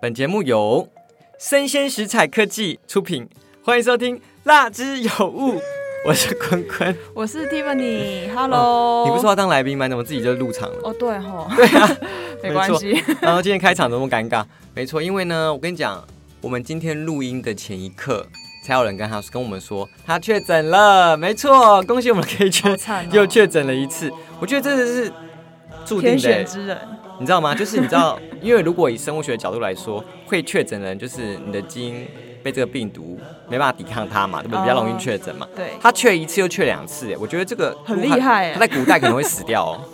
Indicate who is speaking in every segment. Speaker 1: 本节目由生鲜食材科技出品，欢迎收听《辣之有 物》，我是坤坤。
Speaker 2: 我是 Tiffany，Hello、
Speaker 1: 你不是说要当来宾吗？怎么自己就入场 了？
Speaker 2: 哦，对吼，对啊，没关系，
Speaker 1: 然后今天开场怎么尴尬？没错，因为呢，我跟你讲，我们今天录音的前一刻，才有人跟他跟我们说他确诊了。没错，恭喜我们的 K
Speaker 2: 好
Speaker 1: 圈
Speaker 2: 惨哦
Speaker 1: 又确诊了一次。我觉得真的是注定
Speaker 2: 天
Speaker 1: 的
Speaker 2: 选
Speaker 1: 欸，
Speaker 2: 之人，
Speaker 1: 你知道吗？就是你知道，因为如果以生物学的角度来说，会确诊的人就是你的基因被这个病毒没办法抵抗它嘛，对不对？比较容易确诊嘛。
Speaker 2: 对
Speaker 1: 他确一次又确两次，哎，我觉得这个
Speaker 2: 哦很厉害欸
Speaker 1: 他在古代可能会死掉哦，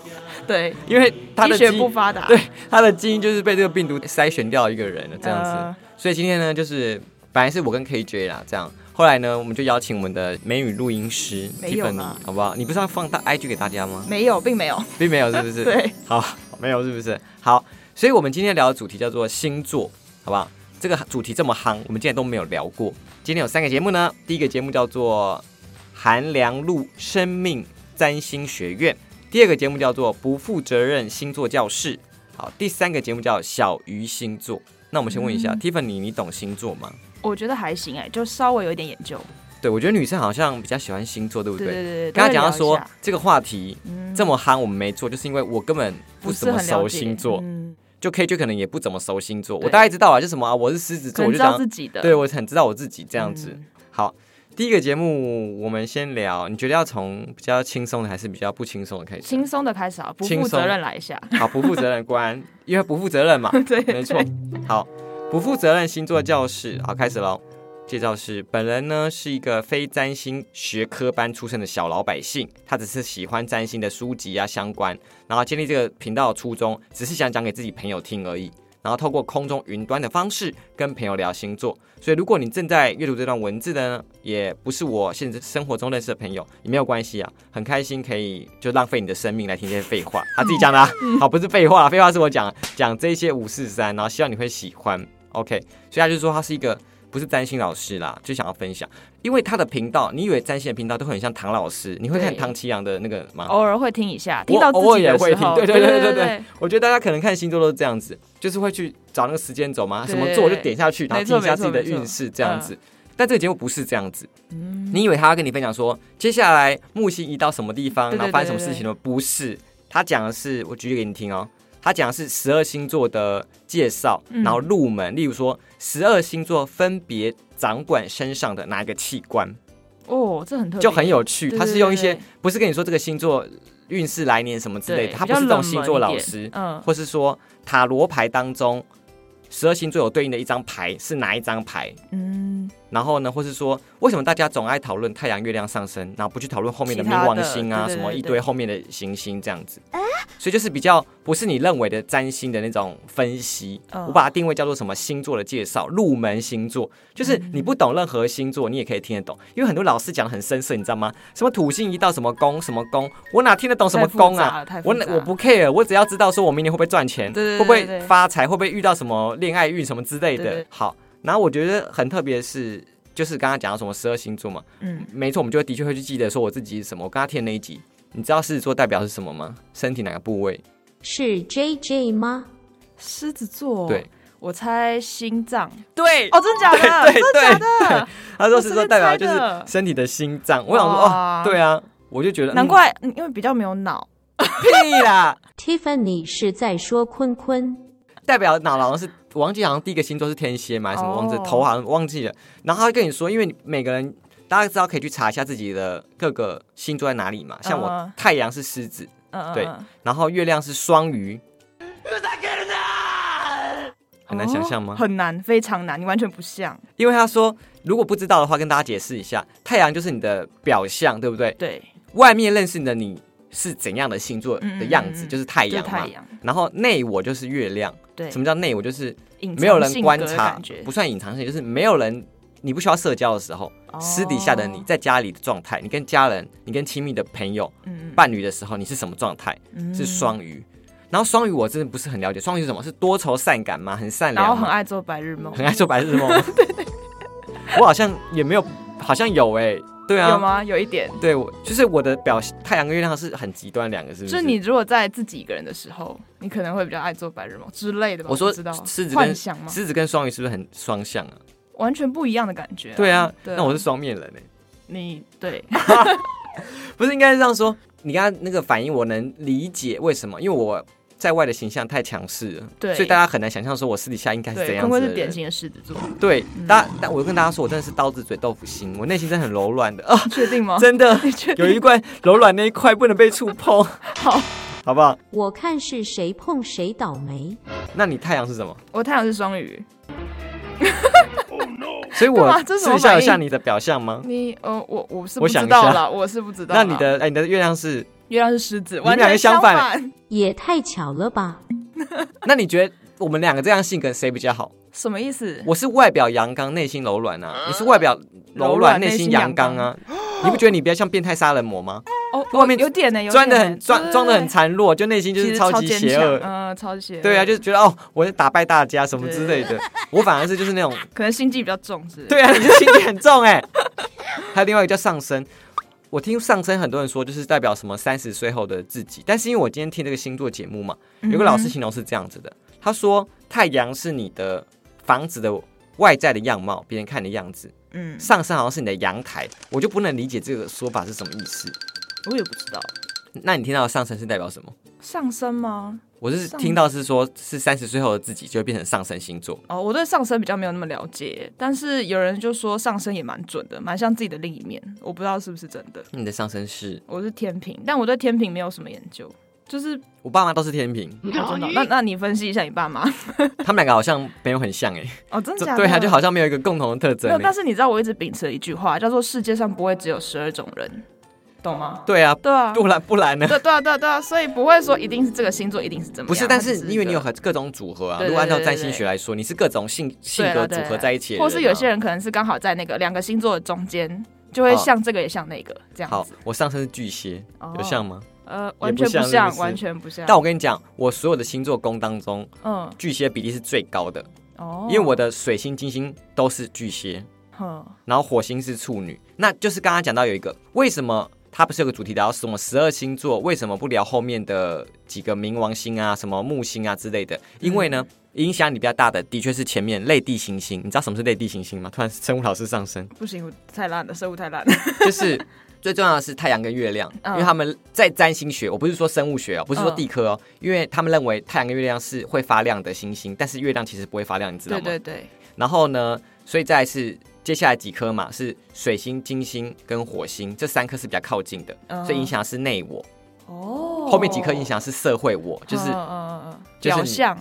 Speaker 2: 对，
Speaker 1: 因为他的
Speaker 2: 医
Speaker 1: 基
Speaker 2: 学
Speaker 1: 因
Speaker 2: 不发达，
Speaker 1: 对，他的基因就是被这个病毒筛选掉一个人了，这样子。
Speaker 2: 呃
Speaker 1: 所以今天呢，就是本来是我跟 KJ 啦，这样。后来呢，我们就邀请我们的美女录音师
Speaker 2: 没有
Speaker 1: Tiffany，
Speaker 2: 啦
Speaker 1: 好不好？你不是要放大 IG 给大家吗？
Speaker 2: 没有，并没有，
Speaker 1: 并没有，是不是？。
Speaker 2: 对，
Speaker 1: 好，没有，是不是？好，所以我们今天聊的主题叫做星座，好不好？这个主题这么夯，我们今天都没有聊过。今天有三个节目呢，第一个节目叫做《韩良露生命占星学院》，第二个节目叫做《不负责任星座教室》，好，第三个节目叫《小鱼星座》。那我们先问一
Speaker 2: 嗯
Speaker 1: 下、t i f f a n y 你懂星座吗？
Speaker 2: 我觉得还行哎，就稍微有一点研究，
Speaker 1: 对，我觉得女生好像比较喜欢星座，对不
Speaker 2: 对
Speaker 1: 对？
Speaker 2: 对对对，
Speaker 1: 刚刚
Speaker 2: 都会
Speaker 1: 讲
Speaker 2: 聊
Speaker 1: 到
Speaker 2: 一
Speaker 1: 说
Speaker 2: 下
Speaker 1: 这个话题
Speaker 2: 嗯
Speaker 1: 这么夯，我们没做，就是因为我根本
Speaker 2: 不
Speaker 1: 怎
Speaker 2: 是
Speaker 1: 么
Speaker 2: 很了
Speaker 1: 熟
Speaker 2: 解
Speaker 1: 星座，
Speaker 2: 嗯，
Speaker 1: 就 K 就可能也不怎么熟星座，我
Speaker 2: 对
Speaker 1: 大概知道啊，就什么啊，我是狮子
Speaker 2: 可
Speaker 1: 座，我
Speaker 2: 能
Speaker 1: 就
Speaker 2: 知道
Speaker 1: 想
Speaker 2: 自，己的，
Speaker 1: 对我很知道我自己这样子。
Speaker 2: 嗯
Speaker 1: 好，第一个节目我们先聊，你觉得要从比较轻松的还是比较不轻松的开始？
Speaker 2: 轻松的开始啊，不
Speaker 1: 轻
Speaker 2: 负
Speaker 1: 松
Speaker 2: 责任来一下，
Speaker 1: 好，不负责任关，因为不负责任嘛，
Speaker 2: 对，
Speaker 1: 没错。好，不负责任星座教室，好，开始喽。介绍是本人呢是一个非占星学科班出身的小老百姓，他只是喜欢占星的书籍啊相关，然后建立这个频道的初衷只是想讲给自己朋友听而已。然后透过空中云端的方式跟朋友聊星座，所以如果你正在阅读这段文字的呢，也不是我现实生活中认识的朋友，也没有关系啊，很开心可以就浪费你的生命来听这些废话，他自己讲的、啊，好不是废话啊，废话是我讲的讲这些五四三，然后希望你会喜欢。OK，所以他就说他是一个不是占星老师啦，就想要分享，因为他的频道，你以为占星的频道都很像唐老师，你会看
Speaker 2: 对
Speaker 1: 唐奇阳的那个吗？
Speaker 2: 偶尔会听一下，听到自
Speaker 1: 偶尔
Speaker 2: 己
Speaker 1: 也
Speaker 2: 的
Speaker 1: 会
Speaker 2: 时
Speaker 1: 听
Speaker 2: 候，
Speaker 1: 对对
Speaker 2: 对
Speaker 1: 对对
Speaker 2: 对
Speaker 1: 对我觉得大家可能看星座都是这样子，就是会去找那个时间轴嘛，
Speaker 2: 对
Speaker 1: 什么座我就点下去，然后
Speaker 2: 没
Speaker 1: 听
Speaker 2: 错
Speaker 1: 一下自己的运势这样子。但这个节目不是这样子，
Speaker 2: 嗯
Speaker 1: 你以为他要跟你分享说接下来木星移到什么地方，
Speaker 2: 对对
Speaker 1: 然后发生什么事情呢？不是，他讲的是，我举例给你听哦。他讲的是十二星座的介绍，
Speaker 2: 嗯
Speaker 1: 然后入门，例如说十二星座分别掌管身上的哪一个器官，
Speaker 2: 哦，这很特别，
Speaker 1: 就很有趣。
Speaker 2: 对
Speaker 1: 他是用一，些
Speaker 2: 对
Speaker 1: 不是跟你说这个星座运势来年什么之
Speaker 2: 对
Speaker 1: 类的，
Speaker 2: 对对
Speaker 1: 他不是这种星座老，
Speaker 2: 比
Speaker 1: 师
Speaker 2: 较冷门一点，嗯，
Speaker 1: 或是说塔罗牌当中十二星座有对应的一张牌是哪一张牌？
Speaker 2: 嗯，
Speaker 1: 然后呢，或是说为什么大家总爱讨论太阳、月亮上升，然后不去讨论后面的
Speaker 2: 其
Speaker 1: 冥
Speaker 2: 他的
Speaker 1: 王星啊，
Speaker 2: 对对
Speaker 1: 什么
Speaker 2: 对啊
Speaker 1: 一
Speaker 2: 对
Speaker 1: 堆后面的行星这样子？所以就是比较不是你认为的占星的那种分析，
Speaker 2: 嗯
Speaker 1: 我把它定位叫做什么星座的介绍，入门星座，就是
Speaker 2: 嗯
Speaker 1: 你不懂任何星座，你也可以听得懂，因为很多老师讲的很深邃，你知道吗？什么土星移到什么宫，什么宫，我哪听得懂什么宫啊？
Speaker 2: 太复
Speaker 1: 我
Speaker 2: 杂了？太复杂
Speaker 1: 我不 care，我只要知道说我明年会不会赚钱，
Speaker 2: 对对对
Speaker 1: 会
Speaker 2: 对
Speaker 1: 不
Speaker 2: 对
Speaker 1: 会发财，会不会遇到什么恋爱运什么之类的。
Speaker 2: 对对
Speaker 1: 好，然后我觉得很特别的是，就是刚刚讲到什么十二星座嘛，
Speaker 2: 嗯，
Speaker 1: 没错，我们就的确会去记得说我自己是什么。我刚刚听的那一集，你知道狮子座代表是什么吗？身体哪个部位？
Speaker 3: 是 JJ 吗？
Speaker 2: 狮子座，
Speaker 1: 对，
Speaker 2: 我猜心脏。
Speaker 1: 对
Speaker 2: 哦，真的假的？
Speaker 1: 对对
Speaker 2: 真的假 的？
Speaker 1: 他说狮子座代表就
Speaker 2: 我随
Speaker 1: 是
Speaker 2: 便猜的
Speaker 1: 身体的心脏。我想说，哦
Speaker 2: 哇，
Speaker 1: 对啊，我就觉得
Speaker 2: 难、怪，嗯因为比较没有脑。
Speaker 1: 嗯屁啦，
Speaker 3: Tiffany 是在说坤坤，
Speaker 1: 代表脑好像是我忘记，好像第一个星座是天蝎嘛，还是什么
Speaker 2: 哦
Speaker 1: 忘记了头好像忘记了。然后他会跟你说，因为你每个人大家知道可以去查一下自己的各个星座在哪里嘛。像我、
Speaker 2: 嗯
Speaker 1: 太阳是狮子，
Speaker 2: 嗯，
Speaker 1: 对
Speaker 2: 嗯
Speaker 1: 然后月亮是双鱼，很难想象
Speaker 2: 哦
Speaker 1: 吗？
Speaker 2: 很难，非常难，你完全不像。
Speaker 1: 因为他说，如果不知道的话，跟大家解释一下，太阳就是你的表象，对不对？
Speaker 2: 对，
Speaker 1: 外面认识的你是怎样的星座的样子，
Speaker 2: 嗯嗯嗯
Speaker 1: 就是太
Speaker 2: 就
Speaker 1: 阳嘛
Speaker 2: 太。阳，
Speaker 1: 然后内我就是月亮，
Speaker 2: 对
Speaker 1: 什，么叫内我？就是
Speaker 2: 隐藏
Speaker 1: 没有人
Speaker 2: 性格
Speaker 1: 观
Speaker 2: 的
Speaker 1: 察
Speaker 2: 感觉，
Speaker 1: 不算隐藏性，就是没有人，你不需要社交的时候，
Speaker 2: 哦
Speaker 1: 私底下的你在家里的状态，你跟家人，你跟亲密的朋友、
Speaker 2: 嗯
Speaker 1: 伴侣的时候，你是什么状态？
Speaker 2: 嗯
Speaker 1: 是，双鱼。然后双鱼我真的不是很了解，双鱼是什么？是多愁善感吗？很善
Speaker 2: 然后
Speaker 1: 良
Speaker 2: 很
Speaker 1: 吗？
Speaker 2: 爱做白日梦
Speaker 1: 很。爱做白日梦吗。我好像也没有，好像有哎、对啊，
Speaker 2: 有吗？有一点，
Speaker 1: 对我就是我的表现，太阳跟月亮是很极端两个，是不？
Speaker 2: 就是是你如果在自己一个人的时候，你可能会比较爱做白日梦之类的吧？
Speaker 1: 我说
Speaker 2: 不知道
Speaker 1: 狮子跟
Speaker 2: 幻想吗？
Speaker 1: 狮子跟双鱼是不是很双向啊？
Speaker 2: 完全不一样的感觉、
Speaker 1: 对啊，
Speaker 2: 对
Speaker 1: 那我是双面人哎、
Speaker 2: 你对，
Speaker 1: 不是应该是这样说？你刚刚那个反应我能理解为什么，因为我在外的形象太强势了，
Speaker 2: 对
Speaker 1: 所以大家很难想象说我私底下应该是怎
Speaker 2: 对，
Speaker 1: 样
Speaker 2: 坤
Speaker 1: 子的
Speaker 2: 坤是典
Speaker 1: 人。
Speaker 2: 型的嗯狮子 座，
Speaker 1: 对，大家但我跟大家说，我真的是刀子嘴豆腐心，我内心真的很柔软的 啊，
Speaker 2: 你确定吗？
Speaker 1: 真的
Speaker 2: 你确定
Speaker 1: 有一块柔软那一块不能被触碰，
Speaker 2: 好，
Speaker 1: 好不好？
Speaker 3: 我看是谁碰谁倒霉。
Speaker 1: 那你太阳是什么？
Speaker 2: 我太阳是双鱼，
Speaker 1: 所以
Speaker 2: 干
Speaker 1: 我
Speaker 2: 嘛这是什么
Speaker 1: 试笑一下
Speaker 2: 反应
Speaker 1: 你的表象吗？
Speaker 2: 你呃，我我是
Speaker 1: 我
Speaker 2: 不
Speaker 1: 想
Speaker 2: 知
Speaker 1: 一下
Speaker 2: 道啦，我是不知道啦。
Speaker 1: 那你的哎，你的月亮是？
Speaker 2: 月亮是狮子，
Speaker 1: 们
Speaker 2: 完
Speaker 1: 两个
Speaker 2: 全
Speaker 1: 相反
Speaker 2: 反。
Speaker 3: 也太巧了吧！
Speaker 1: 那你觉得我们两个这样性格谁比较好？
Speaker 2: 什么意思？
Speaker 1: 我是外表阳刚，内心柔软啊。你是外表柔
Speaker 2: 柔
Speaker 1: 软，
Speaker 2: 软
Speaker 1: 内心阳刚啊。你不觉得你比较像变态杀人魔吗？
Speaker 2: 哦，
Speaker 1: 外面
Speaker 2: 有点呢，有
Speaker 1: 装的
Speaker 2: 点
Speaker 1: 很装
Speaker 2: 对
Speaker 1: 装的很孱弱，就内心就
Speaker 2: 其
Speaker 1: 是
Speaker 2: 实
Speaker 1: 超级
Speaker 2: 坚
Speaker 1: 邪
Speaker 2: 强
Speaker 1: 恶。
Speaker 2: 嗯，超级邪恶。
Speaker 1: 对啊，就是觉得哦，我在打败大家什么之类的。我反而是就是那种，
Speaker 2: 可能心机比较重，是不是。
Speaker 1: 对啊，你就心机很重哎。 还有另外一个叫上升，我听上升很多人说就是代表什么三十岁后的自己，但是因为我今天听这个星座节目嘛，
Speaker 2: 嗯
Speaker 1: 有个老师形容是这样子的，他说太阳是你的房子的外在的样貌，别人看你的样子；
Speaker 2: 嗯，嗯，
Speaker 1: 上升好像是你的阳台，我就不能理解这个说法是什么意思。
Speaker 2: 我也不知道
Speaker 1: 那你听到的上升是代表什么？
Speaker 2: 嗯上升吗？
Speaker 1: 我是
Speaker 2: 上
Speaker 1: 听到是说，是三十岁后的自己就会变成上升星座。
Speaker 2: 哦，我对上升比较没有那么了解，但是有人就说上升也蛮准的，蛮像自己的另一面，我不知道是不是真的。
Speaker 1: 你的上升是
Speaker 2: 我是天平，但我对天平没有什么研究，就是
Speaker 1: 我爸妈都是天 平，
Speaker 2: 哦真的哦。那那你分析一下你爸妈
Speaker 1: 他们两个好像没有很像哎、
Speaker 2: 哦，真的
Speaker 1: 这
Speaker 2: 假的？
Speaker 1: 对啊，就好像没有一个共同的特
Speaker 2: 没
Speaker 1: 征、
Speaker 2: 有。但
Speaker 1: 欸。
Speaker 2: 是你知道，我一直秉持一句话，叫做世界上不会只有十二种人，懂吗？
Speaker 1: 对啊，
Speaker 2: 对啊，
Speaker 1: 不然不然呢？
Speaker 2: 对对啊对啊对啊，所以不会说一定是这个星座一定是怎么样。
Speaker 1: 不是，但
Speaker 2: 它只
Speaker 1: 是
Speaker 2: 一
Speaker 1: 因为你有
Speaker 2: 个
Speaker 1: 很各种组合啊。
Speaker 2: 对对
Speaker 1: 如果按照
Speaker 2: 对对
Speaker 1: 占星学来说，你是各种性性
Speaker 2: 对
Speaker 1: 格
Speaker 2: 啦
Speaker 1: 组
Speaker 2: 对
Speaker 1: 合
Speaker 2: 啦
Speaker 1: 在一起的人啊、
Speaker 2: 或是有些人可能是刚好在那个两个星座的中间，就会
Speaker 1: 哦
Speaker 2: 像这个也像那个这样
Speaker 1: 好
Speaker 2: 子。，
Speaker 1: 我上升是巨蟹，
Speaker 2: 哦啊
Speaker 1: 有像吗？
Speaker 2: 呃，
Speaker 1: 不
Speaker 2: 完全
Speaker 1: 像
Speaker 2: 不
Speaker 1: 是不
Speaker 2: 像，
Speaker 1: 是
Speaker 2: 完全不像。
Speaker 1: 但我跟你讲，我所有的星座宫当中，
Speaker 2: 嗯
Speaker 1: 巨蟹比例是最高的，
Speaker 2: 哦，
Speaker 1: 因为我的水星、金星都是巨蟹，
Speaker 2: 嗯
Speaker 1: 然后火星是处女，那就是刚刚讲到有一个为什么。它不是有个主题聊什么十二星座？为什么不聊后面的几个冥王星啊、什么木星啊之类的？因为呢，
Speaker 2: 嗯
Speaker 1: 影响你比较大的的确是前面类地行星。你知道什么是类地行星吗？突然生物老师上 身，
Speaker 2: 不行，我太烂了，生物太烂了。
Speaker 1: 就是最重要的是太阳跟月亮，因
Speaker 2: 嗯
Speaker 1: 为他们在占星学，我不是说生物学哦，不是说地科哦，因为他们认为太阳跟月亮是会发亮的星星，但是月亮其实不会发亮，你知道
Speaker 2: 对
Speaker 1: 吗？
Speaker 2: 对对，
Speaker 1: 然后呢，所以再来是接下来几颗嘛，是水星、金星跟火星这三颗是比较靠近的，
Speaker 2: 嗯
Speaker 1: 所以影响的是内我。
Speaker 2: 哦
Speaker 1: 后面几颗影响是社会我，就是
Speaker 2: 嗯嗯嗯嗯
Speaker 1: 就是
Speaker 2: 表
Speaker 1: 你
Speaker 2: 象，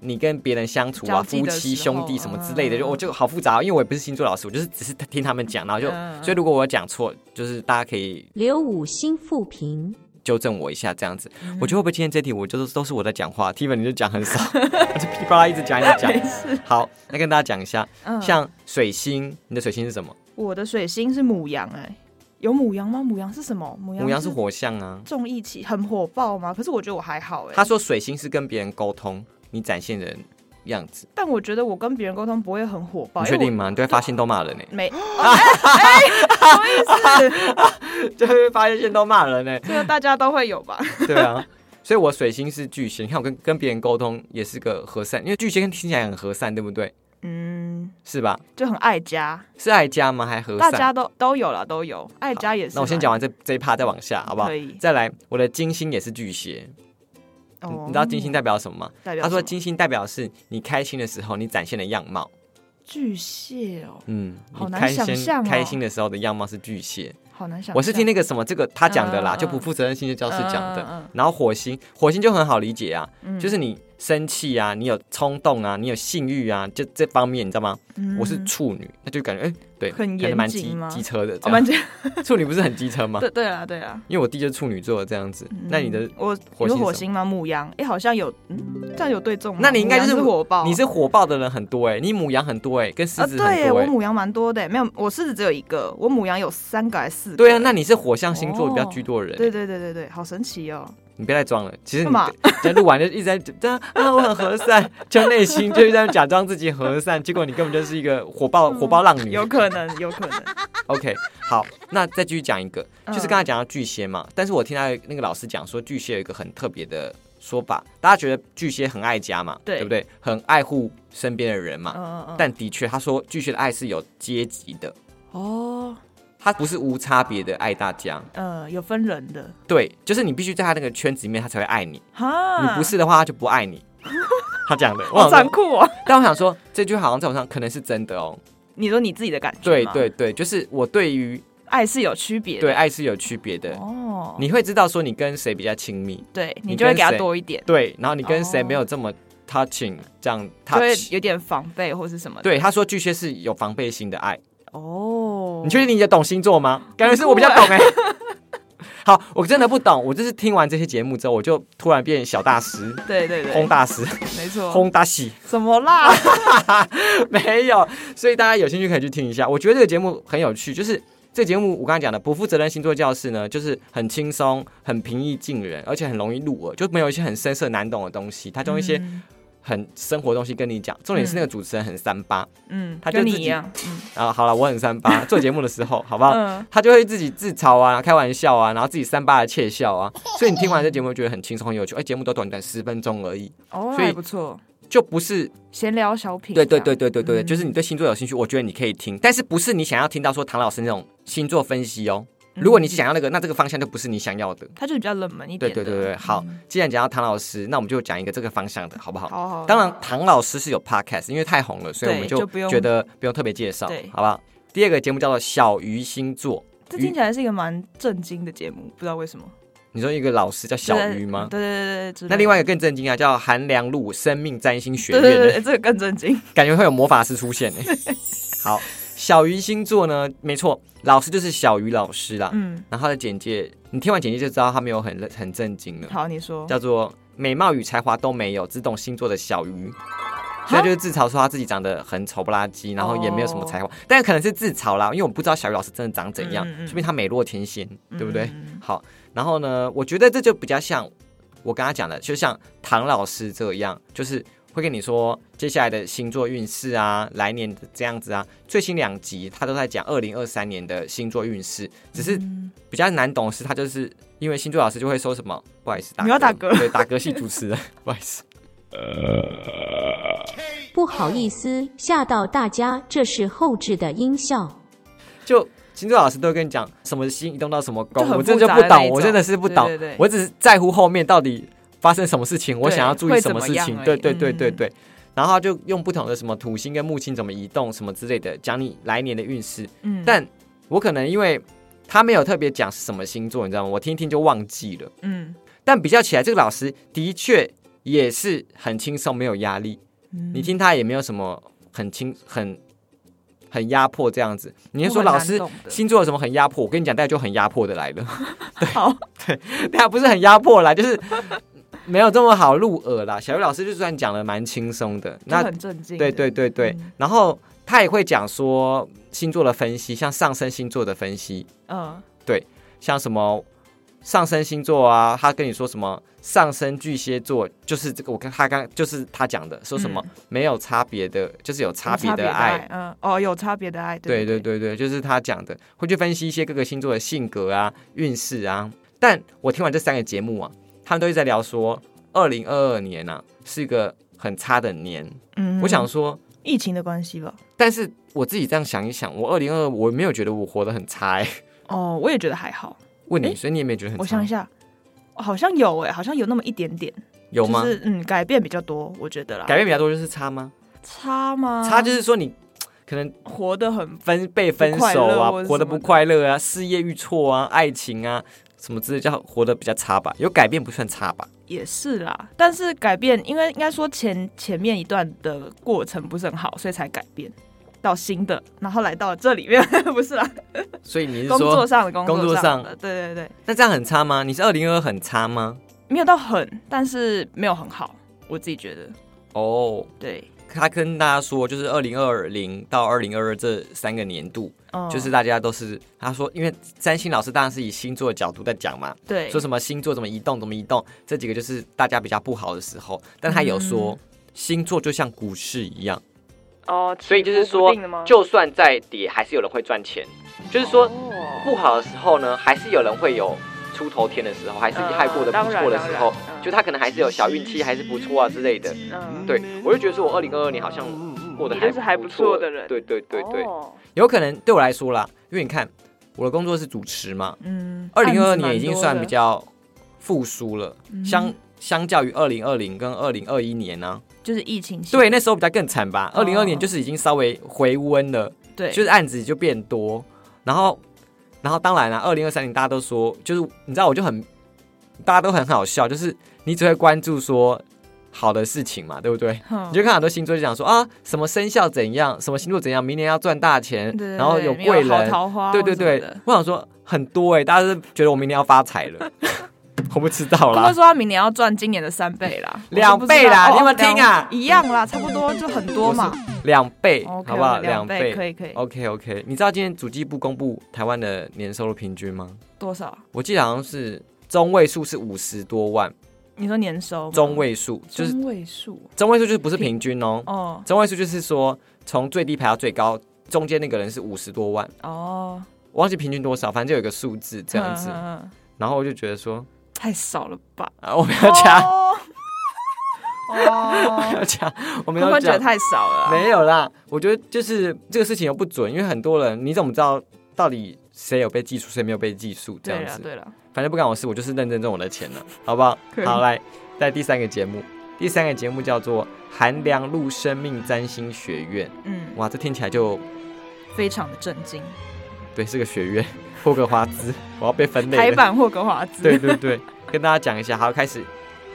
Speaker 1: 你跟别人相处啊，
Speaker 2: 交际
Speaker 1: 夫
Speaker 2: 的
Speaker 1: 妻、
Speaker 2: 时候
Speaker 1: 兄弟什么之类的，
Speaker 2: 嗯
Speaker 1: 就我就好复杂哦、因为我也不是星座老师，我就是只是听他们讲，然后就、
Speaker 2: 嗯
Speaker 1: 所以如果我讲错，就是大家可以
Speaker 3: 留五星复评，
Speaker 1: 纠正我一下，这样子。
Speaker 2: 嗯
Speaker 1: 我觉得会不会今天这题我就是都是我在讲话，Tiffany 你就讲很少， 我就噼里啪啦一直讲一直讲
Speaker 2: 没。事。
Speaker 1: 好，那跟大家讲一下，
Speaker 2: 嗯
Speaker 1: 像水星，你的水星是什么？
Speaker 2: 我的水星是母羊，哎，有母羊吗？母羊是什么？母
Speaker 1: 母羊
Speaker 2: 是
Speaker 1: 是火象啊。
Speaker 2: 重义气，很火爆吗？可是我觉得我还好，哎
Speaker 1: 他。说水星是跟别人沟通，你展现的样子，
Speaker 2: 但我觉得我跟别人沟通不会很火爆，
Speaker 1: 你
Speaker 2: 因
Speaker 1: 确
Speaker 2: 哎为我
Speaker 1: 定吗？你都会发现都骂 人呢、
Speaker 2: 没，哦 哎哎什么意思？
Speaker 1: 就会发现都骂人呢、
Speaker 2: 这个大家都会有吧？
Speaker 1: 对啊。所以我水星是巨蟹，你看我跟跟别人沟通也是个和善，因为巨蟹听起来很和善，对不对？
Speaker 2: 嗯，
Speaker 1: 是吧？
Speaker 2: 就很爱家，
Speaker 1: 是爱家吗？还和
Speaker 2: 大
Speaker 1: 善？
Speaker 2: 家都都有了，都有爱家也是。啊
Speaker 1: 那我先讲完，这这一趴，再往下，好不好
Speaker 2: 可以？
Speaker 1: 再来，我的金星也是巨蟹，你你知道金星代表什么吗？
Speaker 2: 哦嗯代表
Speaker 1: 他说
Speaker 2: 什么
Speaker 1: 金星代表是你开心的时候你展现的样貌，
Speaker 2: 巨蟹哦，
Speaker 1: 嗯，
Speaker 2: 好
Speaker 1: 你
Speaker 2: 难
Speaker 1: 开心
Speaker 2: 想象哦
Speaker 1: 开心的时候的样貌是巨蟹。
Speaker 2: 好难想象。
Speaker 1: 我是听那个什么这个他讲的啦，
Speaker 2: 嗯嗯
Speaker 1: 就不负责任星座教室讲
Speaker 2: 嗯嗯
Speaker 1: 的
Speaker 2: 嗯。
Speaker 1: 然后火星，火星就很好理解啊，
Speaker 2: 嗯
Speaker 1: 就是你生气啊，你有冲动啊，你有性欲啊，就这方面你知道吗？
Speaker 2: 嗯
Speaker 1: 我是处女，那就感觉哎，对，
Speaker 2: 很
Speaker 1: 感觉蛮
Speaker 2: 严谨
Speaker 1: 机
Speaker 2: 吗
Speaker 1: 机车的这
Speaker 2: 我们
Speaker 1: 样。
Speaker 2: 这
Speaker 1: 处女不是很机车吗？
Speaker 2: 哦 对对啦对啦。
Speaker 1: 因为我弟就是处女座这样子。那你的
Speaker 2: 嗯我
Speaker 1: 火星是
Speaker 2: 你说
Speaker 1: 什么
Speaker 2: 火星吗？母羊，哎，好像有，嗯这样有对中吗。
Speaker 1: 那你应该就是
Speaker 2: 母羊是火爆，
Speaker 1: 你是火爆的人很多哎、你母羊很多哎、跟狮
Speaker 2: 哦啊？
Speaker 1: 子
Speaker 2: 对
Speaker 1: 很
Speaker 2: 耶，
Speaker 1: 多哎、
Speaker 2: 我母羊蛮多的耶，没有，我狮子只有一个，我母羊有三个还是四个？
Speaker 1: 对啊，那你是火象星座比较
Speaker 2: 哦
Speaker 1: 居多的人、欸
Speaker 2: 对对对对对，好神奇哦。
Speaker 1: 你别再装了。其实你
Speaker 2: 干嘛
Speaker 1: 人家录完就一直在讲 啊，我很和善，就内
Speaker 2: 嗯
Speaker 1: 心就一直在假装自己和善，结果你根本就是一个火爆火爆浪女。
Speaker 2: 有可能，有可能。
Speaker 1: OK，好，那再继续讲一个，
Speaker 2: 嗯
Speaker 1: 就是刚才讲到巨蟹嘛，但是我听到那个老师讲说，巨蟹有一个很特别的说法，大家觉得巨蟹很爱家嘛，
Speaker 2: 对
Speaker 1: 不对？很爱护身边的人嘛，
Speaker 2: 嗯嗯嗯，
Speaker 1: 但的确，他说巨蟹的爱是有阶级的，
Speaker 2: 哦，
Speaker 1: 他不是无差别的爱大家，
Speaker 2: 呃，有分人的
Speaker 1: 对，就是你必须在他那个圈子里面，他才会爱你，
Speaker 2: 哈，
Speaker 1: 你不是的话，他就不爱你。他讲 的，我
Speaker 2: 嗯
Speaker 1: 想
Speaker 2: 好残
Speaker 1: 说，
Speaker 2: 酷哦。
Speaker 1: 但我想说，这句好像在我上可能是真的哦。
Speaker 2: 你说你自己的感觉，
Speaker 1: 对对，对，就是我对于
Speaker 2: 爱是有区别的，
Speaker 1: 对爱是有区别的，
Speaker 2: 哦，
Speaker 1: 你会知道说你跟谁比较亲密，
Speaker 2: 对
Speaker 1: 你
Speaker 2: 你就会
Speaker 1: 跟
Speaker 2: 给他
Speaker 1: 谁
Speaker 2: 多一点，
Speaker 1: 对，然后你跟谁
Speaker 2: 哦
Speaker 1: 没有这么 touching 这样
Speaker 2: 就会
Speaker 1: touch。
Speaker 2: 有点防备或是什么的，
Speaker 1: 对，他说巨蟹是有防备心的爱，
Speaker 2: 哦，
Speaker 1: 你确定你也懂星座吗？感觉是我比较懂 哎、好，我真的不懂，我就是听完这些节目之后，我就突然变小大师、
Speaker 2: 对对对，
Speaker 1: 轰大 师、
Speaker 2: 没错，
Speaker 1: 轰大喜，
Speaker 2: 什么啦？
Speaker 1: 没有。所以大家有兴趣可以去听一下，我觉得这个节目很有趣，就是。这节目我刚才讲的不负责任星座教室呢，就是很轻松、很平易近人，而且很容易入耳，就没有一些很深涩难懂的东西。他用一些
Speaker 2: 嗯
Speaker 1: 很生活的东西跟你讲，重点是那个主持人很三八
Speaker 2: 嗯，
Speaker 1: 他就
Speaker 2: 跟你
Speaker 1: 自己
Speaker 2: 一样，嗯
Speaker 1: 啊。好了，我很三 八，做节目的时候，好不好？
Speaker 2: 嗯，
Speaker 1: 他就会自己自嘲啊，开玩笑啊，然后自己三八的窃笑啊，所以你听完这节目觉得很轻松很有趣，而哎节目都短短十分钟而已，
Speaker 2: 哦，
Speaker 1: 所以
Speaker 2: 还不错，
Speaker 1: 就不是
Speaker 2: 闲聊小品，
Speaker 1: 对对对，对对对，
Speaker 2: 嗯
Speaker 1: 就是你对星座有兴趣，我觉得你可以听，但是不是你想要听到说唐老师那种星座分析哦，如果你是想要那个，那这个方向就不是你想要的。
Speaker 2: 他就比较冷门嗯一
Speaker 1: 对
Speaker 2: 点的，嗯
Speaker 1: 对对对，好，既然讲到唐老师，那我们就讲一个这个方向的，好不好？
Speaker 2: 好好，
Speaker 1: 当然，唐老师是有 podcast，因为太红了，所以我们
Speaker 2: 对就不用
Speaker 1: 觉得不用特别介绍
Speaker 2: 对，
Speaker 1: 好不好？第二个节目叫做《小鱼星座
Speaker 2: 这》，听
Speaker 1: 鱼
Speaker 2: 起，来是一个蛮震惊的节目，不知道为什么，
Speaker 1: 你说一个老师叫小鱼吗？
Speaker 2: 对对对对对，
Speaker 1: 那另外一
Speaker 2: 一
Speaker 1: 个更震惊啊，叫韩良露生命占星学
Speaker 2: 对
Speaker 1: 院，
Speaker 2: 对对，对这个更震惊，
Speaker 1: 感觉会有魔法师出现哎。 好，小鱼星座呢，没错，老师就是小鱼老师啦。
Speaker 2: 嗯，
Speaker 1: 然后他的简介，你听完简介就知道他没有很很震惊了，
Speaker 2: 好，你说，
Speaker 1: 叫做美貌与才华都没有，只懂星座的小鱼。所以他就是自嘲说他自己长得很丑不拉几，然后也没有什么才华，但可能是自嘲啦，因为我不知道小鱼老师真的长怎样，
Speaker 2: 哦嗯嗯嗯
Speaker 1: 说明他美若天仙，对不对？
Speaker 2: 嗯
Speaker 1: 好，然后呢，我觉得这就比较像我刚刚讲的，就像唐老师这样，就是会跟你说接下来的星座运势啊，来年的这样子啊。最新两集他都在讲二零二三年的星座运势，只是
Speaker 2: 嗯
Speaker 1: 比较难懂的是，他就是因为星座老师就会说什么，不好意思，
Speaker 2: 你要打嗝
Speaker 1: 对，打嗝系主持人， 不好意思。
Speaker 3: 不好意思，吓到大家，这是后置的音效。
Speaker 1: 就星座老师都会跟你讲什么心移动到什么宫
Speaker 2: 就，很
Speaker 1: 我真的就
Speaker 2: 复
Speaker 1: 不
Speaker 2: 杂的那
Speaker 1: 懂，
Speaker 2: 一
Speaker 1: 我真的是不
Speaker 2: 种
Speaker 1: 懂，
Speaker 2: 对对对
Speaker 1: 我只是在乎后面到底发生什么事情，我想要注意
Speaker 2: 会
Speaker 1: 什
Speaker 2: 怎么
Speaker 1: 事
Speaker 2: 样
Speaker 1: 情
Speaker 2: 而，已
Speaker 1: 对对对
Speaker 2: 嗯
Speaker 1: 对对。然后他就用不同的什么土星跟木星怎么移动什么之类的，讲你来年的运势。
Speaker 2: 嗯
Speaker 1: 但我可能因为他没有特别讲是什么星座，你知道吗？我听一听就忘记了。
Speaker 2: 嗯，
Speaker 1: 但比较起来，这个老师的确也是很轻松，没有压力。
Speaker 2: 你
Speaker 1: 你听他也没有什么很轻很很压迫这样子。你是说
Speaker 2: 我很
Speaker 1: 老
Speaker 2: 难
Speaker 1: 师
Speaker 2: 懂的
Speaker 1: 星座有什么很压迫？我跟你讲，大家就很压迫的来 了。
Speaker 2: 好，
Speaker 1: 大家不是很压迫啦，就是没有这么好入耳啦。小鱼老师就算讲的蛮轻松的，
Speaker 2: 那
Speaker 1: 那
Speaker 2: 很震惊，
Speaker 1: 对对，对对，
Speaker 2: 嗯
Speaker 1: 然后他也会讲说星座的分析，像上升星座的分析，
Speaker 2: 嗯，
Speaker 1: 像什么。上升星座啊，他跟你说什么？上升巨蟹座就是这个，我跟他刚就是他讲的，说什么、没有差别的，就是嗯有差
Speaker 2: 有
Speaker 1: 别的爱，
Speaker 2: 爱，嗯，哦，有差别的爱，
Speaker 1: 对
Speaker 2: 对
Speaker 1: 对，对对，就是他讲的，会去分析一些各个星座的性格啊、运势啊。但我听完这三个节目啊，他们都一直在聊说，二零二二年啊是一个很差的年。
Speaker 2: 嗯
Speaker 1: 我想说，
Speaker 2: 疫情的关系吧，
Speaker 1: 但是我自己这样想一想，我二零二我没有觉得我活得很差、欸。
Speaker 2: 哦，我也觉得还好，
Speaker 1: 问你，
Speaker 2: 诶
Speaker 1: 所以你也没觉得很差？
Speaker 2: 我想一下，好像有哎，好像有那么一点点，
Speaker 1: 有吗？
Speaker 2: 就是嗯，改变比较多，我觉得啦，
Speaker 1: 改变比较多就是差吗？
Speaker 2: 差吗？
Speaker 1: 差就是说你可能
Speaker 2: 活得很
Speaker 1: 分被分
Speaker 2: 不快
Speaker 1: 手
Speaker 2: 乐
Speaker 1: 啊
Speaker 2: 或者，是
Speaker 1: 活得
Speaker 2: 什
Speaker 1: 不
Speaker 2: 么的
Speaker 1: 快乐啊，事业遇挫啊，爱情啊什么之类，叫活得比较差吧？有改变不算差吧？
Speaker 2: 也是啦，但是改变，因为应该说前前面一段的过程不是很好，所以才改变到新的，然后来到这里面， 不是啦，
Speaker 1: 所以你是
Speaker 2: 工
Speaker 1: 说
Speaker 2: 作上的工
Speaker 1: 工作
Speaker 2: 上
Speaker 1: 上
Speaker 2: 的，对对对，
Speaker 1: 那这样很差吗？你是二零二很差吗？
Speaker 2: 没有到很，但是没有很好，我自己觉得，
Speaker 1: 哦，
Speaker 2: 对，
Speaker 1: 他跟大家说，就是二零二零到二零二二这三个年度，
Speaker 2: 嗯
Speaker 1: 就是大家都是他说，因为占星老师当然是以星座的角度在讲嘛，
Speaker 2: 对，
Speaker 1: 说什么星座怎么移动怎么移动，这几个就是大家比较不好的时候，但他有
Speaker 2: 嗯
Speaker 1: 说。星座就像股市一样，
Speaker 2: 哦，
Speaker 1: 所以就是说
Speaker 2: 起伏不定的吗
Speaker 1: 就算再跌，还是有人会赚钱。就是说
Speaker 2: 哦
Speaker 1: 不好的时候呢，还是有人会有出头天的时候，还是
Speaker 2: 嗯
Speaker 1: 还过得不错的时候，
Speaker 2: 当然当然
Speaker 1: 就他可能还是有小运气，还是不错啊之类的。
Speaker 2: 嗯，
Speaker 1: 对我就觉得说我二零二二年好像过得
Speaker 2: 你
Speaker 1: 还
Speaker 2: 就是还
Speaker 1: 不
Speaker 2: 不
Speaker 1: 错
Speaker 2: 错的人
Speaker 1: 对对对对，
Speaker 2: 哦
Speaker 1: 有可能对我来说啦，因为你看我的工作是主持嘛，
Speaker 2: 嗯，
Speaker 1: 二零二二
Speaker 2: 案子蛮多的
Speaker 1: 年已经算比较复苏了，
Speaker 2: 嗯
Speaker 1: 相相较于二零二零跟二零二一年呢、
Speaker 2: 就是疫情期
Speaker 1: 对，那时候比较更惨吧。二
Speaker 2: 哦
Speaker 1: 零二年就是已经稍微回温了，
Speaker 2: 对，
Speaker 1: 就是案子就变多，然后然后当然啦、2二零二三年大家都说，就是你知道我就很大家都很好笑，就是你只会关注说好的事情嘛，对不对？
Speaker 2: 哼
Speaker 1: 你就看很多星座就讲说啊，什么生肖怎样，什么星座怎样，明年要赚大钱
Speaker 2: 对，对
Speaker 1: 然后
Speaker 2: 对没有
Speaker 1: 贵
Speaker 2: 好
Speaker 1: 人，
Speaker 2: 桃花，
Speaker 1: 对对对，我想说很多哎、大家是觉得我明年要发财了， 我不知道
Speaker 2: 他们
Speaker 1: 啦。
Speaker 2: 说他明年要赚今年的三倍 啦，
Speaker 1: 两倍啦
Speaker 2: 我
Speaker 1: 你有没
Speaker 2: 就不
Speaker 1: 有
Speaker 2: 知道
Speaker 1: 听啊
Speaker 2: 哦两一样啦，差不多就很多嘛。
Speaker 1: 两倍
Speaker 2: 哦 OK，
Speaker 1: 好不好？
Speaker 2: 两
Speaker 1: 倍哦
Speaker 2: 可以可以，
Speaker 1: OK OK，你知道今天主计部公布台湾的年收入平均吗？
Speaker 2: 多少？
Speaker 1: 我记得好像是中位数是五十多万，
Speaker 2: 你说年收吗
Speaker 1: 中位数就是
Speaker 2: 中位数
Speaker 1: 中位数就是不是平均哦，
Speaker 2: 哦
Speaker 1: 中位数就是说从最低排到最高，中间那个人是五十多万，
Speaker 2: 哦，
Speaker 1: 我忘记平均多少，反正就有一个数字这样子。
Speaker 2: 嗯嗯嗯
Speaker 1: 然后我就觉得说
Speaker 2: 太少了 吧？
Speaker 1: 啊，我没有加，
Speaker 2: 哦，哦
Speaker 1: 没有加，我没
Speaker 2: 会不
Speaker 1: 有
Speaker 2: 会觉
Speaker 1: 加
Speaker 2: 得，太少了啊？
Speaker 1: 没有啦。我觉得就是这个事情又不准，因为很多人你怎么知道到底谁有被计数，谁没有被计数这
Speaker 2: 对啊
Speaker 1: 样
Speaker 2: 了
Speaker 1: 子？
Speaker 2: 对了，
Speaker 1: 反正不干我事，我就是认真挣我的钱了，好不好
Speaker 2: 可？以
Speaker 1: 好，来，在第三个节目，第三个节目叫做韩良路生命占星学院。
Speaker 2: 嗯，
Speaker 1: 哇，这听起来就
Speaker 2: 非常的震惊，
Speaker 1: 对，是个学院，霍格华兹，我要被分类
Speaker 2: 台
Speaker 1: 了。
Speaker 2: 版霍格华 兹，
Speaker 1: 对对对，跟大家讲一下，好，开始。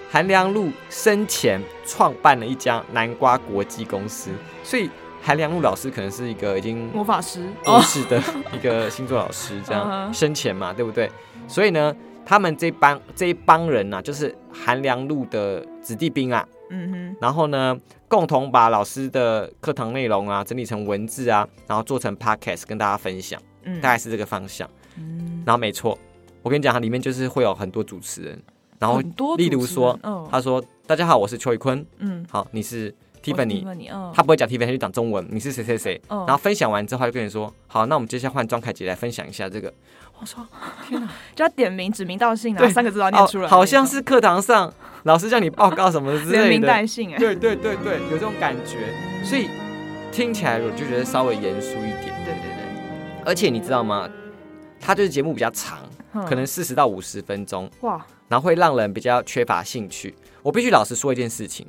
Speaker 1: 韩良路生前创办了一家南瓜国际公司，所以韩良路老师可能是一个已经
Speaker 2: 魔法师
Speaker 1: 过世的一个星座老师，这
Speaker 2: 哦 嗯
Speaker 1: 样
Speaker 2: 哼
Speaker 1: 生前嘛，对不对？所以呢，他们这帮这一帮人呐、就是韩良路的子弟兵啊，
Speaker 2: 嗯
Speaker 1: 然后呢，共同把老师的课堂内容啊整理成文字啊，然后做成 podcast 跟大家分享，
Speaker 2: 哼，嗯，
Speaker 1: 大概是这个方向。
Speaker 2: 嗯
Speaker 1: 然后没错，我跟你讲，它里面就是会有很多主持人，然后
Speaker 2: 很多
Speaker 1: 例
Speaker 2: 主
Speaker 1: 如
Speaker 2: 持
Speaker 1: 说
Speaker 2: 人，嗯
Speaker 1: 他说：“大家好，我是邱宇坤，
Speaker 2: 嗯
Speaker 1: 好，你是
Speaker 2: 我是
Speaker 1: Tiffany。
Speaker 2: Tiffany，嗯”
Speaker 1: 他不会讲 Tiffany，他就讲中文。你是谁谁谁，
Speaker 2: 嗯
Speaker 1: 然后分享完之后，他就跟你说：“好，那我们接下来换庄凯杰来分享一下这个。
Speaker 2: 就要点名指名道姓啊，
Speaker 1: 对
Speaker 2: 三个字要”
Speaker 1: 哦
Speaker 2: 念出来那种，
Speaker 1: 好像是课堂上老师叫你报告什么之
Speaker 2: 连
Speaker 1: 类
Speaker 2: 名
Speaker 1: 的
Speaker 2: 带，姓哎，
Speaker 1: 对对对对，有这种感觉。所以听起来我就觉得稍微严肃一点，
Speaker 2: 对对对
Speaker 1: 而且你知道吗？他就是节目比较长，，
Speaker 2: 哼
Speaker 1: 可能四十到五十分钟。
Speaker 2: 嗯哇，
Speaker 1: 然后会让人比较缺乏兴趣。我必须老实说一件事情，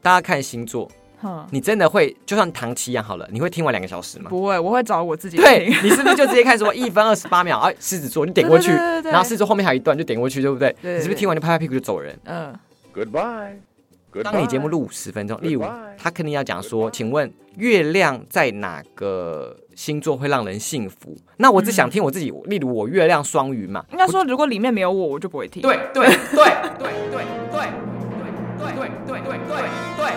Speaker 1: 大家看星座，
Speaker 2: 哼，
Speaker 1: 你真的会就像唐七一样好了，你会听完两个小时吗？
Speaker 2: 嗯不会，我会找我自己
Speaker 1: 对
Speaker 2: 听，
Speaker 1: 你是不是就直接看说一分二十八秒？哎、狮子座你点过去，
Speaker 2: 对对对对对
Speaker 1: 然后狮子座后面还有一段就点过去，对不对？
Speaker 2: 对对
Speaker 1: 你是不是听完就拍拍屁股就走人？
Speaker 2: 嗯
Speaker 4: Goodbye.
Speaker 1: 当
Speaker 4: Goodbye.
Speaker 1: 你节目录五十分钟，例如
Speaker 4: Goodbye
Speaker 1: 他肯定要讲说，请问月亮在哪个星座会让人幸福？那我只想听我自己，例如我月亮双鱼嘛，
Speaker 2: 应该说如果里面没有我，我就不会听。
Speaker 1: 对对对对对对对对对对对对对，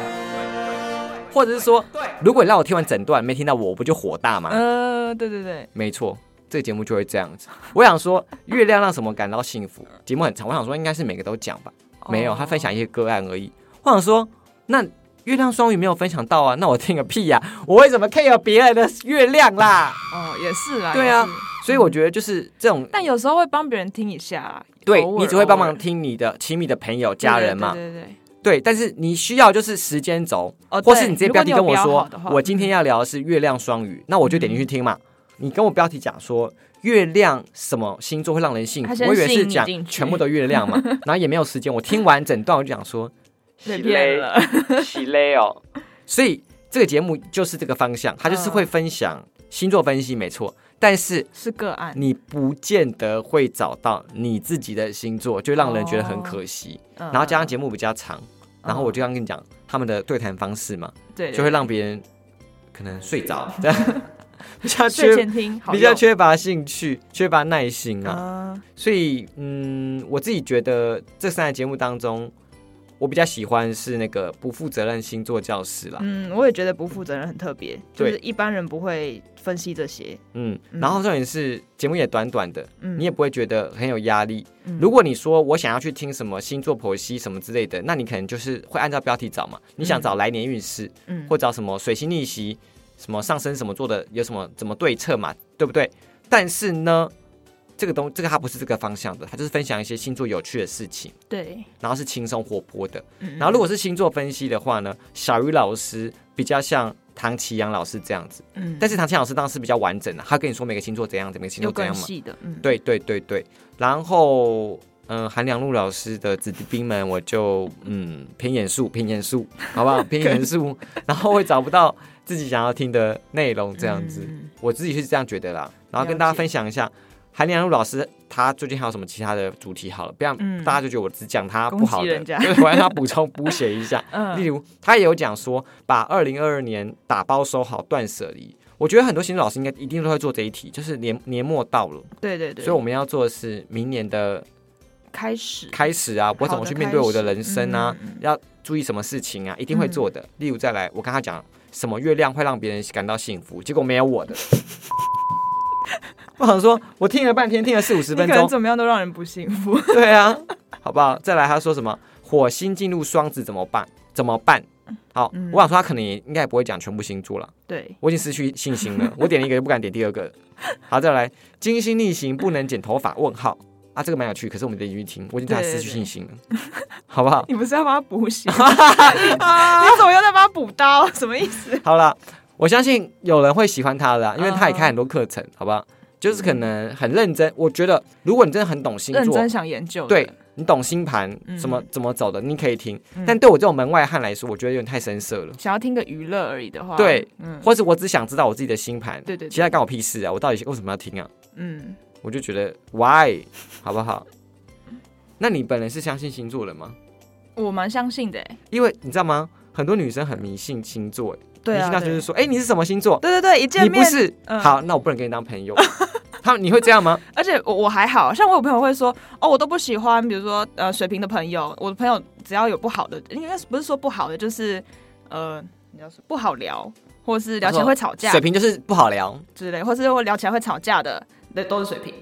Speaker 1: 或者是说，如果你让我听完整段没听到我，我不就火大吗？
Speaker 2: 呃，对对对，
Speaker 1: 没错，这个节目就会这样子。 我想说，月亮让什么感到幸福？节目很长，我想说应该是每个都讲吧，
Speaker 2: 哦
Speaker 1: 没有，他分享一些个案而已。我想说，那月亮双鱼没有分享到啊，那我听个屁呀、我为什么 care 别人的月亮啦？
Speaker 2: 哦，也是啦，
Speaker 1: 对啊
Speaker 2: 也是，
Speaker 1: 所以我觉得就是这 种
Speaker 2: 但有时候会帮别人听一下啦，
Speaker 1: 对
Speaker 2: 偶尔
Speaker 1: 你只会帮
Speaker 2: 偶
Speaker 1: 忙
Speaker 2: 尔
Speaker 1: 听你的亲密的朋友、家人嘛，
Speaker 2: 对对对，
Speaker 1: 对，但是你需要就是时间轴，
Speaker 2: 哦
Speaker 1: 或
Speaker 2: 对
Speaker 1: 是你直接
Speaker 2: 如
Speaker 1: 标
Speaker 2: 果
Speaker 1: 题
Speaker 2: 你有
Speaker 1: 跟我
Speaker 2: 标
Speaker 1: 说
Speaker 2: 好的，话嗯
Speaker 1: 我今天要聊的是月亮双鱼，那我就点进去听嘛。你跟我标题讲说月亮什么星座会让人幸
Speaker 2: 他
Speaker 1: 福，
Speaker 2: 先
Speaker 1: 我以为是讲
Speaker 2: 吸引你进去
Speaker 1: 全部的月亮 嘛，然后也没有时间。我听完整段我就想说，
Speaker 2: 对被骗了，
Speaker 1: 喜嘞哦。所以这个节目就是这个方向，它就是
Speaker 2: 嗯
Speaker 1: 会分享星座分析，没错。但是
Speaker 2: 是个案，
Speaker 1: 你不见得会找到你自己的星座，就让人觉得
Speaker 2: 哦
Speaker 1: 很可惜。
Speaker 2: 然
Speaker 1: 然后加上节目比较长，然后我就刚跟你讲他们的对谈方式嘛，
Speaker 2: 嗯对，对
Speaker 1: 就会让别人可能睡 着，这样比较
Speaker 2: 睡
Speaker 1: 缺
Speaker 2: 前听，好
Speaker 1: 比较
Speaker 2: 用
Speaker 1: 缺乏兴趣、缺乏耐心啊。
Speaker 2: 啊，
Speaker 1: 所以，嗯，我自己觉得这三个节目当中，我比较喜欢是那个不负责任星座教室啦，
Speaker 2: 嗯，我也觉得不负责任很特别，就
Speaker 1: 对
Speaker 2: 是一般人不会分析这些，
Speaker 1: 嗯，
Speaker 2: 嗯
Speaker 1: 然后重点是节目也短短的，
Speaker 2: 嗯，
Speaker 1: 你也不会觉得很有压力。
Speaker 2: 嗯
Speaker 1: 如果你说我想要去听什么星座剖析什么之类的，那你可能就是会按照标题找嘛，你想找来年运势，
Speaker 2: 嗯
Speaker 1: 或找什么水星逆袭，什么上升什么做的有什么怎么对策嘛，对不对？但是呢，这个东这个它不是这个方向的，它就是分享一些星座有趣的事情，
Speaker 2: 对，
Speaker 1: 然后是轻松活泼的。
Speaker 2: 然
Speaker 1: 然后如果是星座分析的话呢，小鱼老师比较像唐奇阳老师这样子，
Speaker 2: 嗯
Speaker 1: 但是唐奇阳老师当然是比较完整的，他跟你说每个星座怎样，每个星
Speaker 2: 有
Speaker 1: 座怎
Speaker 2: 更
Speaker 1: 样嘛。
Speaker 2: 细的，嗯，
Speaker 1: 对对对对，然后嗯、韩良露老师的子弟兵们，我就嗯偏严肃，偏严肃，好 不好？偏严肃，然后会找不到自己想要听的内容，这样子，
Speaker 2: 嗯
Speaker 1: 我自己是这样觉得啦。然后跟
Speaker 2: 了
Speaker 1: 大家
Speaker 2: 解
Speaker 1: 分享一下。韩良露老师，他最近还有什么其他的主题？好了，不然
Speaker 2: 嗯
Speaker 1: 大家就觉得我只讲他不
Speaker 2: 攻
Speaker 1: 好
Speaker 2: 击
Speaker 1: 的，
Speaker 2: 人家
Speaker 1: 我让他补充补写一下。例
Speaker 2: 嗯，
Speaker 1: 如，他也有讲说，把二零二二年打包收好，断舍离。我觉得很多新手老师应该一定都会做这一题，就是年年末到了，
Speaker 2: 对对对，
Speaker 1: 所以我们要做的是明年的
Speaker 2: 开始
Speaker 1: 开始啊，我怎么去面对我的人生啊？
Speaker 2: 嗯嗯嗯
Speaker 1: 要注意什么事情啊？一定会做的。例如再来，我跟他讲什么月亮会让别人感到幸福，结果没有我的。 我想说，我听了半天，听了四五十
Speaker 2: 你
Speaker 1: 分
Speaker 2: 可能
Speaker 1: 钟，
Speaker 2: 怎么样都让人不幸福，
Speaker 1: 对啊，好不好？再来，他说什么火星进入双子怎么办？怎么办？好，
Speaker 2: 嗯
Speaker 1: 我想说他可能也应该也不会讲全部星座了，
Speaker 2: 对，
Speaker 1: 我已经失去信心了。我点了一个就不敢点第二个了。好，再来，金星逆行不能剪头发？问号啊，这个蛮有趣，可是我们得去听，我已经对他失去信心了，好不好？
Speaker 2: 你不是要帮他补血？ 你你怎么又在帮他补刀？ 什么意思？
Speaker 1: 好了，我相信有人会喜欢他的啦，因为他也
Speaker 2: 嗯
Speaker 1: 开很多课程，好不好？就是可能很认真，我觉得如果你真的很懂星
Speaker 2: 认
Speaker 1: 座
Speaker 2: 真，想研究的，
Speaker 1: 对你懂星盘
Speaker 2: 嗯
Speaker 1: 什么怎么走的，你可以听。
Speaker 2: 嗯
Speaker 1: 但对我这种门外汉来说，我觉得有点太深涩了。
Speaker 2: 想要听个娱乐而已的话，
Speaker 1: 对，
Speaker 2: 嗯
Speaker 1: 或是我只想知道我自己的星盘，
Speaker 2: 对对对
Speaker 1: 其他干我屁事啊！我到底为什么要听啊？
Speaker 2: 嗯，
Speaker 1: 我就觉得 why 好不好？那你本人是相信星座的吗？
Speaker 2: 我蛮相信的欸，
Speaker 1: 因为你知道吗？很多女生很迷信星座，
Speaker 2: 对
Speaker 1: 迷
Speaker 2: 啊，
Speaker 1: 信到就是
Speaker 2: 对
Speaker 1: 说，哎、你是什么星座？
Speaker 2: 对对对，一见
Speaker 1: 你不
Speaker 2: 面，
Speaker 1: 是、
Speaker 2: 嗯
Speaker 1: 好，那我不能跟你当朋 友。他你会这样吗？
Speaker 2: 而且我我还好像我有朋友会说，哦，我都不喜欢，比如说呃水瓶的朋友，我的朋友只要有不好的，应该是不是说不好的，就是呃你要说不好聊，或是聊起来会吵架
Speaker 1: 水瓶就是不好聊。
Speaker 2: 之类，或是会聊起来会吵架的，那都是 水瓶。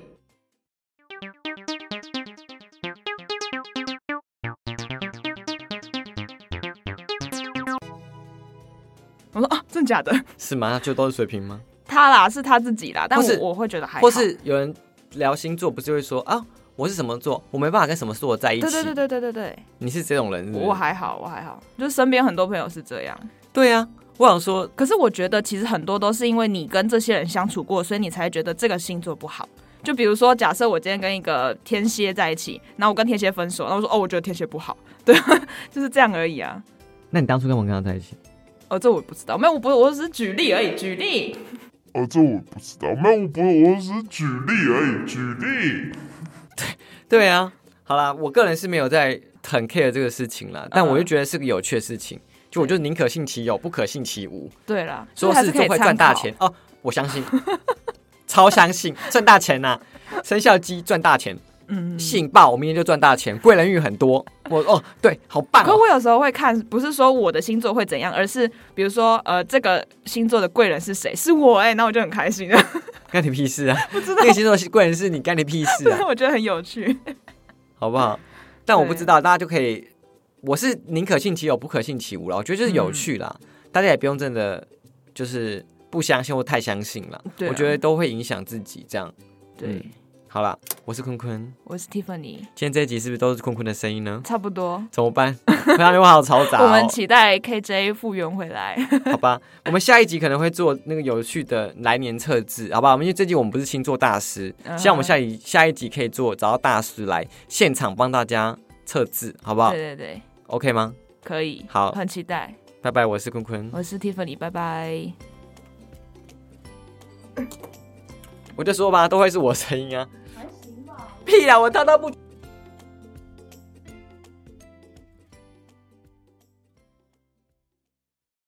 Speaker 2: 我说啊，真假的？
Speaker 1: 是吗？就都是水瓶吗？
Speaker 2: 他啦，是他自己啦，但
Speaker 1: 或是
Speaker 2: 我我会觉得还好。
Speaker 1: 或是有人聊星座，不是会说啊，我是什么座，我没办法跟什么座在一起。
Speaker 2: 对对对对对对对，
Speaker 1: 你是这种人是不是
Speaker 2: 我还好，我还好，就是身边很多朋友是这样。
Speaker 1: 对啊，我想说，
Speaker 2: 可是我觉得其实很多都是因为你跟这些人相处过，所以你才觉得这个星座不好。就比如说，假设我今天跟一个天蝎在一起，然后我跟天蝎分手，然后我说哦，我觉得天蝎不好， 对，就是这样而已啊。
Speaker 1: 那你当初干嘛跟他在一起？
Speaker 2: 哦，这我不知道，没有，我不，我只是举例而已， 举例。
Speaker 4: 哦，这我不知道，没有，不，我只是举例而已，举例。
Speaker 1: 对啊，好啦，我个人是没有在很 care 这个事情啦，
Speaker 2: 嗯
Speaker 1: 但我就觉得是个有趣的事情。就我就宁可信其有，不可信其无。
Speaker 2: 对啦，
Speaker 1: 说
Speaker 2: 还
Speaker 1: 是
Speaker 2: 是
Speaker 1: 做
Speaker 2: 可以
Speaker 1: 会赚
Speaker 2: 参
Speaker 1: 大
Speaker 2: 考
Speaker 1: 钱。哦，我相信， 超相信赚大钱呐、生肖鸡赚大钱，
Speaker 2: 嗯，
Speaker 1: 吸引爆，我明天就赚大钱，贵人运很多。我哦，对，好棒、
Speaker 2: 可
Speaker 1: 哦。
Speaker 2: 我有时候会看，不是说我的星座会怎样，而是比如说，呃，这个星座的贵人是谁？是我哎、那我就很开心了，
Speaker 1: 干你屁
Speaker 2: ，
Speaker 1: 事啊！不知道那个星座是贵人是你干你屁事啊
Speaker 2: 我觉得很有趣。
Speaker 1: 好不好？但我不知道，大家就可以，我是宁可信其有，不可信其无了。我觉得就是有趣啦，
Speaker 2: 嗯
Speaker 1: 大家也不用真的就是不相信或太相信了。
Speaker 2: 对啊
Speaker 1: 我觉得都会影响自己。这样
Speaker 2: 对，
Speaker 1: 嗯好啦，我是坤坤，
Speaker 2: 我是 Tiffany，
Speaker 1: 今天这一集是不是都是坤坤的声音 呢？
Speaker 2: 差不多。
Speaker 1: 怎么办？他的话好嘈杂、哦。
Speaker 2: 我们期待 KJ 复原回来。
Speaker 1: 好吧，我们下一集可能会做那个有趣的来年测字，好吧？因为最近我们不是星座大师，
Speaker 2: 嗯
Speaker 1: 希望我们下一下一集可以做找到大师来现场帮大家测字，好不好
Speaker 2: 对对对，
Speaker 1: ？OK 吗？
Speaker 2: 可以，
Speaker 1: 好
Speaker 2: 很期待。
Speaker 1: 拜拜，我是坤坤，
Speaker 2: 我是 Tiffany，拜拜。
Speaker 1: 我就说吧，都会是我声音啊。屁啦，我滔滔不。